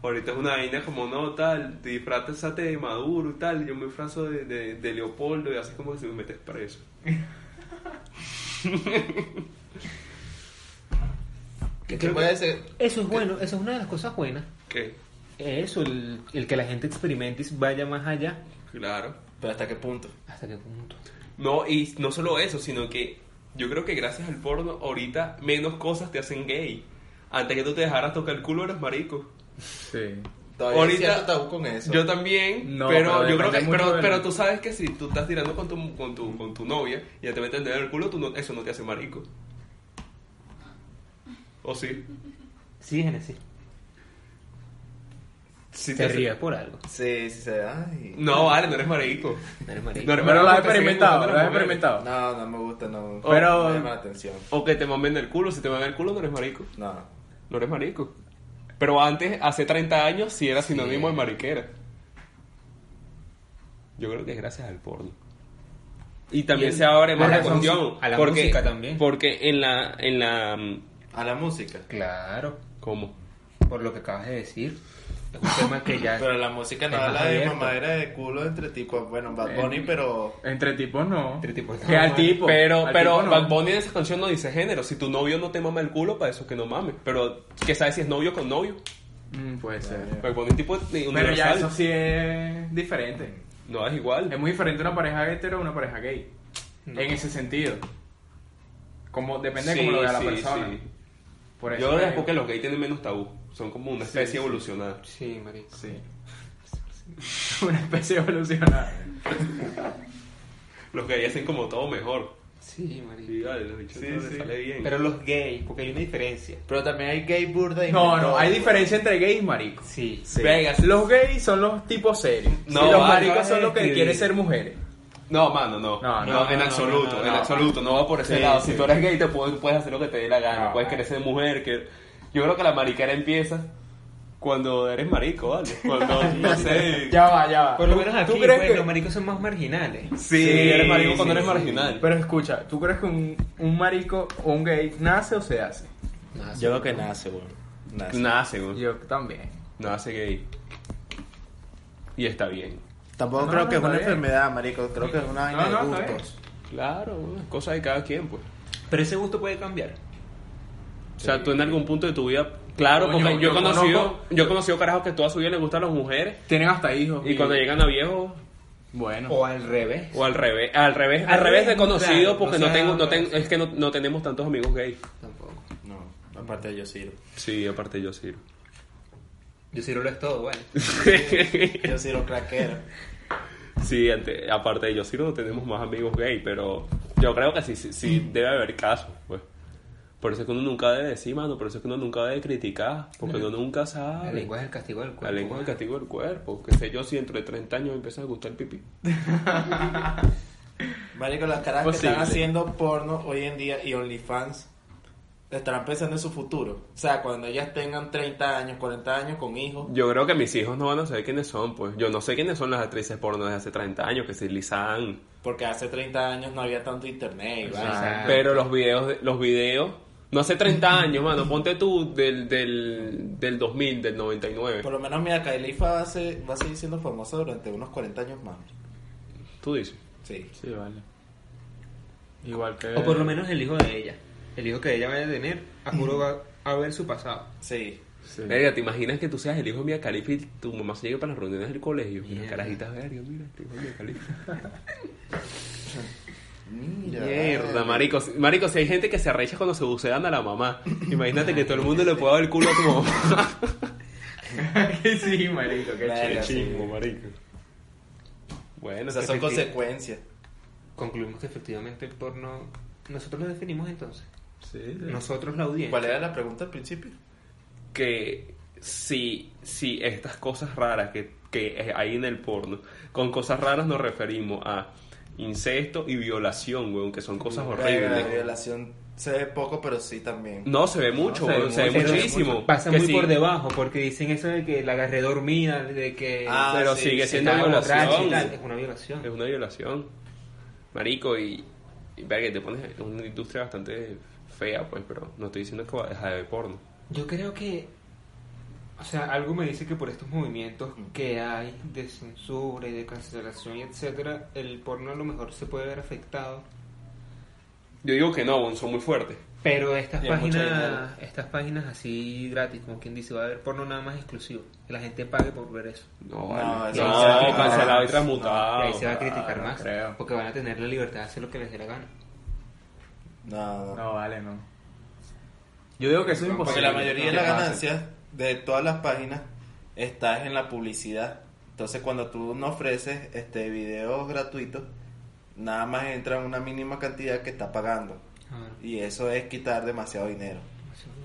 Speaker 1: Ahorita es una vaina como no, tal, disfrazate de Maduro y tal, yo me disfrazo de, de, de Leopoldo y así como que si me metes preso.
Speaker 3: Que puede ser.
Speaker 2: Eso es bueno, eso es una de las cosas buenas.
Speaker 1: ¿Qué?
Speaker 2: Eso, el, el que la gente experimente y vaya más allá.
Speaker 1: Claro.
Speaker 3: Pero hasta qué punto.
Speaker 2: ¿Hasta qué punto?
Speaker 1: No, y no solo eso, sino que yo creo que gracias al porno ahorita menos cosas te hacen gay. Antes que tú te dejaras tocar el culo eras marico.
Speaker 4: Sí.
Speaker 3: Todavía
Speaker 1: Ahorita-
Speaker 3: hay cierto tabú con eso.
Speaker 1: Yo también,
Speaker 4: No,
Speaker 1: pero,
Speaker 4: pero
Speaker 1: yo creo
Speaker 4: depende
Speaker 1: que,
Speaker 4: mucho
Speaker 1: pero,
Speaker 4: del-
Speaker 1: pero tú sabes que si tú estás tirando con tu, con tu, con tu novia y ya te meten el dedo en el culo, tú no- eso no te hace marico. ¿O sí?
Speaker 2: Sí, Genesis.
Speaker 1: Sí
Speaker 2: Te
Speaker 1: hace-
Speaker 2: ríes por algo.
Speaker 3: Sí, sí, sí. Ay.
Speaker 1: No, vale, no eres marico.
Speaker 2: No eres marico.
Speaker 1: No eres
Speaker 4: Pero lo
Speaker 1: marico,
Speaker 4: has
Speaker 1: te siguen
Speaker 4: experimentado,
Speaker 1: gustando
Speaker 4: lo has
Speaker 1: las mujeres.
Speaker 4: experimentado.
Speaker 3: No, no me gusta, no.
Speaker 4: Pero-
Speaker 3: No me llama la atención.
Speaker 1: O que te mamen el culo, si te mamen el culo no eres marico.
Speaker 3: No.
Speaker 1: No eres marico. Pero antes, hace 30 años, sí era sinónimo de mariquera. Yo creo que es gracias al porno. Y también
Speaker 2: Y el-
Speaker 1: se abre
Speaker 2: a
Speaker 1: más
Speaker 2: la
Speaker 1: la cuestión.
Speaker 2: música- a la
Speaker 1: porque,
Speaker 2: música también.
Speaker 1: Porque en la, en la... mm,
Speaker 3: A la música.
Speaker 2: Claro,
Speaker 1: ¿Cómo?
Speaker 2: por lo que acabas de decir. Es un tema que ya...
Speaker 3: Pero la música no
Speaker 2: Es más
Speaker 3: habla de
Speaker 2: abierto.
Speaker 3: mamadera de culo entre tipos. Bueno, Bad Bunny, pero.
Speaker 4: Entre tipos no.
Speaker 2: Entre tipos no.
Speaker 4: Que al tipo.
Speaker 1: Pero,
Speaker 4: al
Speaker 1: pero
Speaker 4: tipo no.
Speaker 1: Bad Bunny en esa canción no dice género. Si tu novio no te mama el culo, para eso que no mames. Pero, ¿qué sabes si es novio con novio?
Speaker 4: Mm, puede ser.
Speaker 1: Bad Bunny es tipo de-
Speaker 4: Pero ya
Speaker 1: universal.
Speaker 4: eso sí es diferente.
Speaker 1: No, es igual.
Speaker 4: Es muy diferente una pareja hetero a una pareja gay.
Speaker 2: No.
Speaker 4: En ese sentido. Como, depende
Speaker 1: Sí,
Speaker 4: de cómo lo vea la
Speaker 1: sí,
Speaker 4: persona.
Speaker 1: sí.
Speaker 4: Por eso
Speaker 1: Yo creo que es
Speaker 4: digo-
Speaker 1: porque los gays tienen menos tabú. Son como una especie evolucionada.
Speaker 2: Sí, marico.
Speaker 4: Sí. [LAUGHS] una especie evolucionada.
Speaker 1: Los gays hacen como todo mejor.
Speaker 2: Sí, marico.
Speaker 1: Sí, dale, los bichos
Speaker 3: Sí,
Speaker 1: todo les
Speaker 3: sí.
Speaker 1: sale bien.
Speaker 2: Pero los gays, porque hay una diferencia.
Speaker 3: Pero también hay gay burda y.
Speaker 4: No, no, hay diferencia entre gays y maricos.
Speaker 2: Sí.
Speaker 1: Vegas,
Speaker 4: Los gays son los tipos serios.
Speaker 1: No,
Speaker 4: y los
Speaker 1: vale,
Speaker 4: maricos
Speaker 1: vale,
Speaker 4: son los que
Speaker 1: escribir.
Speaker 4: quieren ser mujeres.
Speaker 1: No, mano, no.
Speaker 4: No,
Speaker 1: No,
Speaker 4: no,
Speaker 1: en
Speaker 2: no,
Speaker 1: absoluto,
Speaker 2: no, no,
Speaker 1: en
Speaker 2: no.
Speaker 1: absoluto. No va por ese
Speaker 4: Sí,
Speaker 1: lado.
Speaker 4: sí. Ah,
Speaker 1: Si tú eres gay, te puedes, puedes hacer lo que te dé la gana.
Speaker 4: No,
Speaker 1: puedes
Speaker 4: vale.
Speaker 1: querer ser mujer. Que... Yo creo que la maricara empieza cuando eres marico, ¿vale?
Speaker 4: [LAUGHS]
Speaker 1: Cuando, no sé...
Speaker 4: Ya va, ya va.
Speaker 2: Por lo menos
Speaker 4: ¿Tú-
Speaker 2: aquí,
Speaker 4: ¿tú crees
Speaker 2: pues,
Speaker 4: que-
Speaker 2: los maricos son más marginales.
Speaker 1: Sí,
Speaker 4: Sí,
Speaker 1: eres marico cuando
Speaker 4: sí,
Speaker 1: eres
Speaker 4: sí.
Speaker 1: marginal.
Speaker 4: Pero escucha, ¿tú crees que un, un marico o un gay nace o se hace?
Speaker 5: Yo creo que nace, weón. Nace.
Speaker 1: Nace, güey.
Speaker 4: Yo también.
Speaker 1: Nace gay. Y está bien.
Speaker 3: Tampoco
Speaker 4: No,
Speaker 3: creo que es
Speaker 4: está
Speaker 3: una
Speaker 4: bien.
Speaker 3: enfermedad, marico. Creo que es una vaina
Speaker 4: No, no,
Speaker 3: de
Speaker 4: está
Speaker 3: gustos.
Speaker 1: Claro, güey, cosa de cada quien, pues.
Speaker 2: Pero ese gusto puede cambiar.
Speaker 1: O sea, tú en algún punto de tu vida... Claro,
Speaker 4: Coño,
Speaker 1: porque yo,
Speaker 4: yo
Speaker 1: he conocido,
Speaker 4: conozco-
Speaker 1: yo he conocido carajos que toda su vida les gustan las mujeres.
Speaker 4: Tienen hasta hijos.
Speaker 1: Y cuando llegan a viejos,
Speaker 4: Bueno.
Speaker 2: O al revés.
Speaker 1: O al revés, al revés, al
Speaker 2: Al
Speaker 1: revés de
Speaker 2: revés,
Speaker 1: conocido
Speaker 2: claro,
Speaker 1: porque
Speaker 2: no
Speaker 1: no
Speaker 2: sea- pues
Speaker 1: tengo, no ten- es que no, no tenemos tantos amigos gay.
Speaker 2: Tampoco.
Speaker 5: No, aparte yo sirvo.
Speaker 1: Sí, aparte yo [LAUGHS] sirvo.
Speaker 2: Yo sí lo es todo, vale.
Speaker 3: Yo sí lo craquero.
Speaker 1: sí, ante- aparte de yo sirvo no tenemos más amigos gay, pero yo creo que sí, sí, sí debe haber casos, pues. Por eso es que uno nunca debe decir, mano, por eso es que uno nunca debe criticar, porque uno nunca
Speaker 4: Ah,
Speaker 2: La
Speaker 1: sabe.
Speaker 2: lengua es el castigo del cuerpo.
Speaker 1: La lengua es el castigo del cuerpo, qué sé yo, si dentro de 30 años me empieza a gustar el pipí.
Speaker 3: Marico, las caras que
Speaker 1: Posible.
Speaker 3: están haciendo porno hoy en día y OnlyFans estarán pensando en su futuro. O sea, cuando ellas tengan 30 años, 40 años con hijos.
Speaker 1: Yo creo que mis hijos no van a saber quiénes son, pues. Yo no sé quiénes son las actrices porno desde hace 30 años, que si Lisa Ann,
Speaker 3: Porque hace 30 años no había tanto internet. y vaina.
Speaker 1: Pero los videos, de- los videos, no hace 30 años, mano, ponte tú del, del, del 2000, del 99.
Speaker 3: Por lo menos, mira, Kailifa va a, ser- va a seguir siendo famosa durante unos 40 años más.
Speaker 1: Tú dices.
Speaker 3: Sí.
Speaker 4: Sí, vale. Igual que.
Speaker 2: O por lo menos el hijo de ella. El hijo que ella vaya a tener, a juro va a ver
Speaker 4: [LAUGHS]
Speaker 2: su pasado.
Speaker 3: Sí.
Speaker 4: Sí.
Speaker 1: Verga, ¿te imaginas que tú seas el hijo de Mia Khalifa y tu mamá se llegue para las reuniones del colegio? Mira,
Speaker 2: Mierda.
Speaker 1: carajitas, verga, mira, el hijo de Mia Khalifa.
Speaker 3: Mira.
Speaker 1: Mierda,
Speaker 3: vale.
Speaker 1: marico. si- Marico, si hay gente que se arrecha cuando se bucean a la mamá, imagínate que todo el mundo le pueda dar el culo a tu mamá.
Speaker 4: sí, marico, qué
Speaker 3: Verga,
Speaker 4: chido.
Speaker 3: sí.
Speaker 1: marico. Bueno,
Speaker 3: O sea,
Speaker 1: que
Speaker 3: son
Speaker 1: efecti-
Speaker 3: consecuencias.
Speaker 2: Concluimos que efectivamente el porno. Nosotros lo definimos entonces.
Speaker 4: Sí, sí.
Speaker 2: Nosotros la audiencia.
Speaker 3: ¿Cuál era la pregunta al principio?
Speaker 1: que si, si estas cosas raras que, que hay en el porno, con cosas raras nos referimos a incesto y violación, weón, que son cosas
Speaker 3: La
Speaker 1: horribles.
Speaker 3: violación se ve poco, pero sí también.
Speaker 1: No, se ve
Speaker 4: No, se
Speaker 1: mucho,
Speaker 4: ve
Speaker 1: weón, se ve
Speaker 4: mucho, se ve
Speaker 1: muchísimo.
Speaker 2: Pasa
Speaker 1: Que
Speaker 2: muy
Speaker 1: sí,
Speaker 2: por debajo, porque dicen eso de que la agarré dormida, de que.
Speaker 3: Ah,
Speaker 1: Pero
Speaker 3: sí,
Speaker 1: sigue
Speaker 3: sí,
Speaker 1: siendo
Speaker 2: estaba borracha y
Speaker 1: violación.
Speaker 2: tal. Es una violación.
Speaker 1: Es una violación. Marico, y, y verga, te pones en una industria bastante fea, pues, pero no estoy diciendo que va a dejar de ver porno.
Speaker 2: Yo creo que, o sea, algo me dice que por estos movimientos que hay de censura y de cancelación y etcétera, el porno a lo mejor se puede ver afectado.
Speaker 1: Yo digo que no, weón, son muy fuertes.
Speaker 2: Pero estas
Speaker 3: Y hay mucho
Speaker 2: páginas, estas páginas así gratis, como quien dice, va a haber porno nada más exclusivo. Que la gente pague por ver eso.
Speaker 1: No,
Speaker 3: No,
Speaker 1: vale.
Speaker 3: eso
Speaker 1: no,
Speaker 3: no se va a quitar.
Speaker 1: cancelado y
Speaker 3: No,
Speaker 1: transmutado.
Speaker 2: y ahí se va a criticar
Speaker 4: no
Speaker 2: más,
Speaker 4: creo.
Speaker 2: porque van a tener la libertad de hacer lo que les dé la gana.
Speaker 3: No, no.
Speaker 4: No, vale, no. Yo digo que eso Pues es
Speaker 3: Porque
Speaker 4: imposible.
Speaker 3: la mayoría de
Speaker 4: ¿Qué
Speaker 3: las
Speaker 4: pasa?
Speaker 3: ganancias de todas las páginas está en la publicidad. Entonces, cuando tú no ofreces este videos gratuitos, nada más entra una mínima cantidad que está pagando.
Speaker 2: Ah.
Speaker 3: Y eso es quitar demasiado dinero.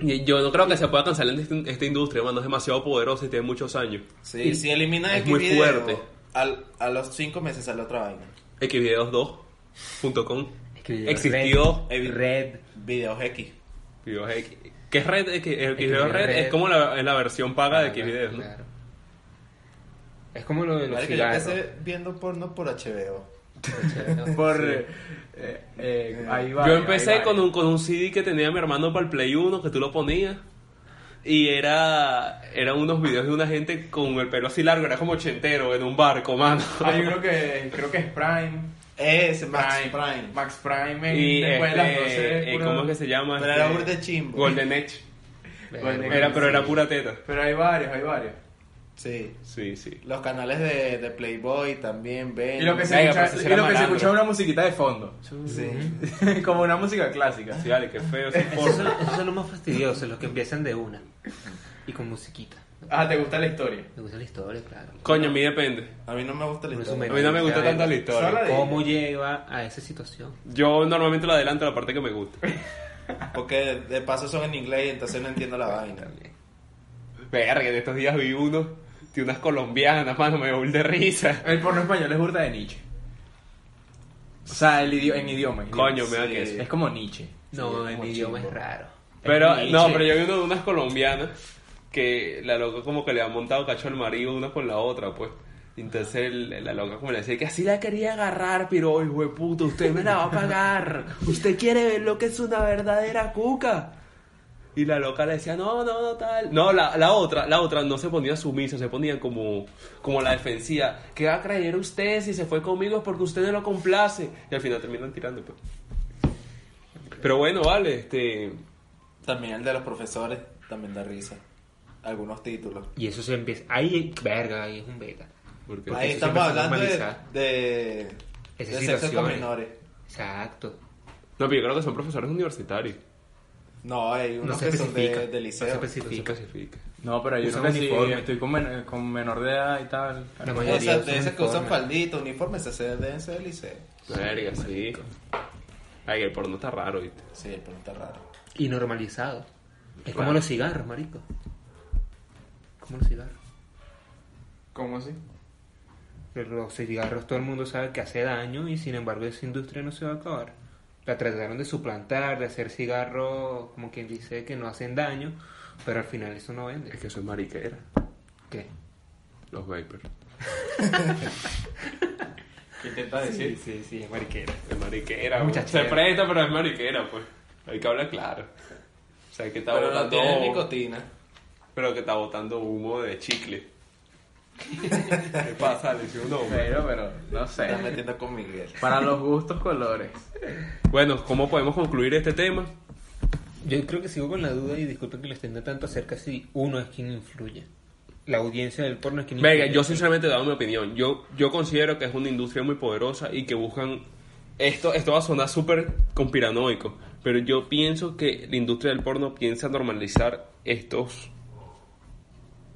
Speaker 1: Y Yo no creo que se pueda cancelar este- esta industria, mano. Es demasiado poderosa y tiene muchos años.
Speaker 3: Sí, si eliminas
Speaker 1: es
Speaker 3: X
Speaker 1: muy
Speaker 3: video,
Speaker 1: fuerte.
Speaker 3: al- a los cinco meses sale otra vaina.
Speaker 1: Xvideos2.com
Speaker 2: Es que
Speaker 1: Existió.
Speaker 2: Red, Red,
Speaker 3: Videos X.
Speaker 1: Videos X. ¿Qué es red? Es que el
Speaker 2: Xvideos
Speaker 1: Xvideos Red
Speaker 2: Red.
Speaker 1: es como la, es la versión paga Ah, de Xvideos, ¿no?
Speaker 2: claro. Es como lo de los
Speaker 3: Vale, que yo
Speaker 2: cigarros. [LAUGHS]
Speaker 3: empecé viendo porno por HBO.
Speaker 4: [LAUGHS] Por. eh, eh, ahí va.
Speaker 1: Yo
Speaker 4: ahí
Speaker 1: empecé
Speaker 4: va.
Speaker 1: con un, con un CD que tenía mi hermano para el Play 1, que tú lo ponías. Y era eran unos videos de una gente con el pelo así largo, era como ochentero, en un barco, mano.
Speaker 4: Hay uno que creo que es Prime.
Speaker 3: Ese, Max
Speaker 4: Prime.
Speaker 3: Prime.
Speaker 4: Max Prime. en-
Speaker 2: eh,
Speaker 1: Y
Speaker 4: después de las 12
Speaker 1: este, eh,
Speaker 4: puro-
Speaker 1: ¿Cómo es que se llama?
Speaker 3: Pero era
Speaker 1: Este,
Speaker 3: burda de chimbo.
Speaker 1: Golden Edge.
Speaker 4: Golden
Speaker 1: Era,
Speaker 4: Edge,
Speaker 1: pero era
Speaker 4: sí.
Speaker 1: pura teta.
Speaker 4: Pero hay varios, hay varios.
Speaker 3: Sí.
Speaker 1: Sí, sí.
Speaker 3: Los canales de, de Playboy también pues, ven.
Speaker 4: Y lo que se
Speaker 1: Venga,
Speaker 2: pues,
Speaker 4: escucha-
Speaker 1: pero si
Speaker 4: y
Speaker 1: era
Speaker 4: lo que se
Speaker 1: malandro.
Speaker 4: escuchaba una musiquita de fondo. [LAUGHS]
Speaker 3: Sí.
Speaker 4: Como una música clásica.
Speaker 1: Sí, vale, qué feo ese
Speaker 2: Esos son,
Speaker 1: porno.
Speaker 2: esos son los más fastidiosos, los que empiezan de una. Y con musiquita.
Speaker 4: Ah, ¿te gusta la historia?
Speaker 2: Me gusta la historia, claro.
Speaker 1: Coño, a mí depende.
Speaker 3: A mí no me gusta la
Speaker 2: Por eso
Speaker 3: historia.
Speaker 1: A mí no me gusta tanto la
Speaker 4: Solo
Speaker 1: historia.
Speaker 4: la-
Speaker 2: ¿Cómo lleva a esa situación?
Speaker 1: Yo normalmente lo adelanto a la parte que me gusta.
Speaker 3: Porque de, de paso son en inglés y entonces no entiendo la vaina.
Speaker 1: Verga, en estos días vi uno de unas colombianas, mano, me volví de risa.
Speaker 4: El porno español es burda de Nietzsche. O sea, el idi- en idioma. en idioma.
Speaker 1: Coño, me da
Speaker 3: Sí.
Speaker 1: queso.
Speaker 4: Es como Nietzsche.
Speaker 2: No,
Speaker 3: es
Speaker 2: en
Speaker 3: muy
Speaker 2: idioma
Speaker 3: chimbo.
Speaker 2: es raro.
Speaker 1: Pero,
Speaker 2: Es
Speaker 1: no,
Speaker 2: Nietzsche.
Speaker 1: pero yo vi uno de unas colombianas que la loca como que le ha montado cacho al marido una con la otra, pues. Entonces el- la loca como le decía que así la quería agarrar, pero hijo de puta, usted me la va a pagar. Usted quiere ver lo que es una verdadera cuca. Y la loca le decía, no, no, no, tal. No, la, la otra, la otra no se ponía sumisa, se ponía como, como la defensiva. ¿Qué va a creer usted si se fue conmigo? Es porque usted no lo complace. Y al final terminan tirando, pues. Pero bueno, vale, este...
Speaker 3: También el de los profesores, también da risa. Algunos títulos.
Speaker 2: Y eso se empieza. Ahí, verga, ahí es un beta.
Speaker 1: porque-
Speaker 2: Porque
Speaker 3: Ahí
Speaker 2: eso
Speaker 3: estamos
Speaker 2: siempre se
Speaker 3: hablando de,
Speaker 2: normaliza. eh.
Speaker 3: de,
Speaker 2: Esas
Speaker 3: de sexo con
Speaker 2: situaciones.
Speaker 3: menores.
Speaker 2: Exacto.
Speaker 1: No, pero yo creo que son profesores universitarios.
Speaker 3: No, hay
Speaker 2: No
Speaker 3: unos
Speaker 2: se
Speaker 3: que son
Speaker 2: especifica.
Speaker 3: de, de liceo.
Speaker 2: No se
Speaker 1: No se
Speaker 2: especifica.
Speaker 1: clasifica.
Speaker 4: No, pero yo
Speaker 2: Usan
Speaker 4: creo que sí,
Speaker 2: uniforme.
Speaker 4: estoy con, men- con menor de edad y tal.
Speaker 2: La
Speaker 3: o
Speaker 2: mayoría
Speaker 3: sea,
Speaker 2: usan
Speaker 3: te dicen que usan
Speaker 2: uniforme.
Speaker 3: faldita, uniformes, ese deben ser de liceo.
Speaker 1: Verga, sí. Ay, el porno está raro, ¿viste?
Speaker 3: Sí, el pelo está raro.
Speaker 2: Y normalizado. Es
Speaker 1: Claro.
Speaker 2: como los cigarros, marico. Como los cigarros.
Speaker 4: ¿Cómo así?
Speaker 2: Pero los cigarros todo el mundo sabe que hace daño y sin embargo esa industria no se va a acabar. La trataron de suplantar, de hacer cigarros, como quien dice, que no hacen daño, pero al final eso no vende.
Speaker 1: Es que eso es mariquera.
Speaker 2: ¿Qué?
Speaker 1: Los vapers.
Speaker 4: [LAUGHS] ¿Qué intentas decir?
Speaker 2: sí, sí, es mariquera.
Speaker 1: Es mariquera, güey.
Speaker 2: Muchachera.
Speaker 1: Se presta, pero es mariquera, pues. Hay que hablar claro. O sea, que está
Speaker 3: Pero no
Speaker 1: botando...
Speaker 3: tienen nicotina.
Speaker 1: pero que está botando humo de
Speaker 3: [LAUGHS]
Speaker 1: chicle. ¿Qué pasa? Le hice un hombre.
Speaker 4: Pero, pero, no
Speaker 3: Estás
Speaker 4: sé.
Speaker 3: metiendo con Miguel.
Speaker 4: Para los gustos, colores.
Speaker 1: Bueno, ¿cómo podemos concluir este tema?
Speaker 2: Yo creo que sigo con la duda y disculpen que les tenga tanto acerca si uno es quien influye. La audiencia del porno es quien influye.
Speaker 1: Venga, yo sinceramente he dado mi opinión. Yo, yo considero que es una industria muy poderosa y que buscan... Esto, esto va a sonar súper conspiranoico, pero yo pienso que la industria del porno piensa normalizar estos,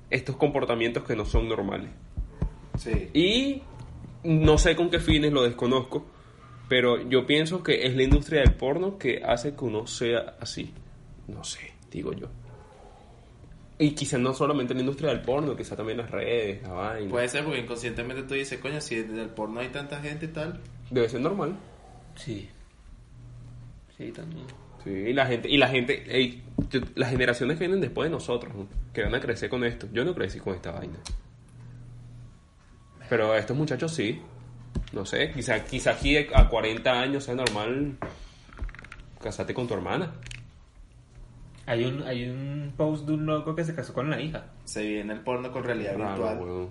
Speaker 1: estos comportamientos que no son normales.
Speaker 3: Sí.
Speaker 1: Y no sé con qué fines, lo desconozco, pero yo pienso que es la industria del porno que hace que uno sea así. No sé, digo yo. Y quizás no solamente la industria del porno, quizás también las redes, la vaina.
Speaker 3: Puede ser porque inconscientemente tú dices, coño, si desde el porno hay tanta gente y tal.
Speaker 1: Debe ser normal.
Speaker 2: Sí. Sí, también.
Speaker 1: Sí, y la gente, y la gente, ey, yo- las generaciones que vienen después de nosotros, ¿no? que van a crecer con esto. Yo no crecí con esta vaina. Pero estos muchachos sí. No sé, quizá, quizá aquí a 40 años sea normal casarte con tu hermana.
Speaker 2: Hay un, hay un post de un loco que se casó con la hija.
Speaker 3: Se viene el porno con realidad
Speaker 1: Raro,
Speaker 3: virtual.
Speaker 1: weón.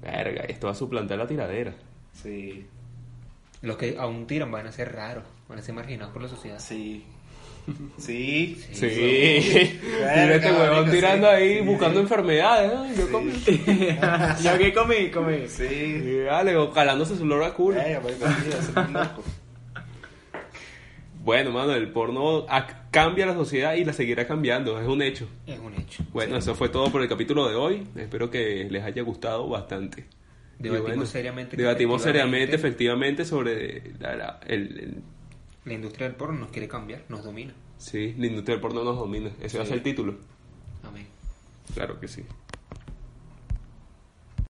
Speaker 1: Verga, esto va a suplantar la tiradera.
Speaker 3: Sí,
Speaker 2: Los que aún tiran van a ser raros, van a ser marginados por la sociedad.
Speaker 3: sí. Sí.
Speaker 1: Sí. Mira este
Speaker 3: Verga,
Speaker 1: huevón
Speaker 3: marico,
Speaker 1: tirando
Speaker 3: sí.
Speaker 1: ahí, buscando enfermedades. ¿no? Yo comí.
Speaker 4: ¿Yo qué comí? Comí.
Speaker 3: Sí.
Speaker 1: Y [LAUGHS] Dale, o calándose su loro a culo.
Speaker 3: Venga, marico, sí, eso es loco.
Speaker 1: Bueno, mano, el porno ac- cambia la sociedad y la seguirá cambiando, es un hecho.
Speaker 2: Es un hecho.
Speaker 1: Bueno, eso fue todo por el capítulo de hoy. Espero que les haya gustado bastante. Y
Speaker 2: Debatimos seriamente,
Speaker 1: Debatimos seriamente,
Speaker 2: efectivamente.
Speaker 1: efectivamente, sobre la- la- el, el-
Speaker 2: La industria del porno nos quiere cambiar, nos domina.
Speaker 1: Sí, la industria del porno nos domina. Ese va a ser el título.
Speaker 2: Amén.
Speaker 1: Claro que sí.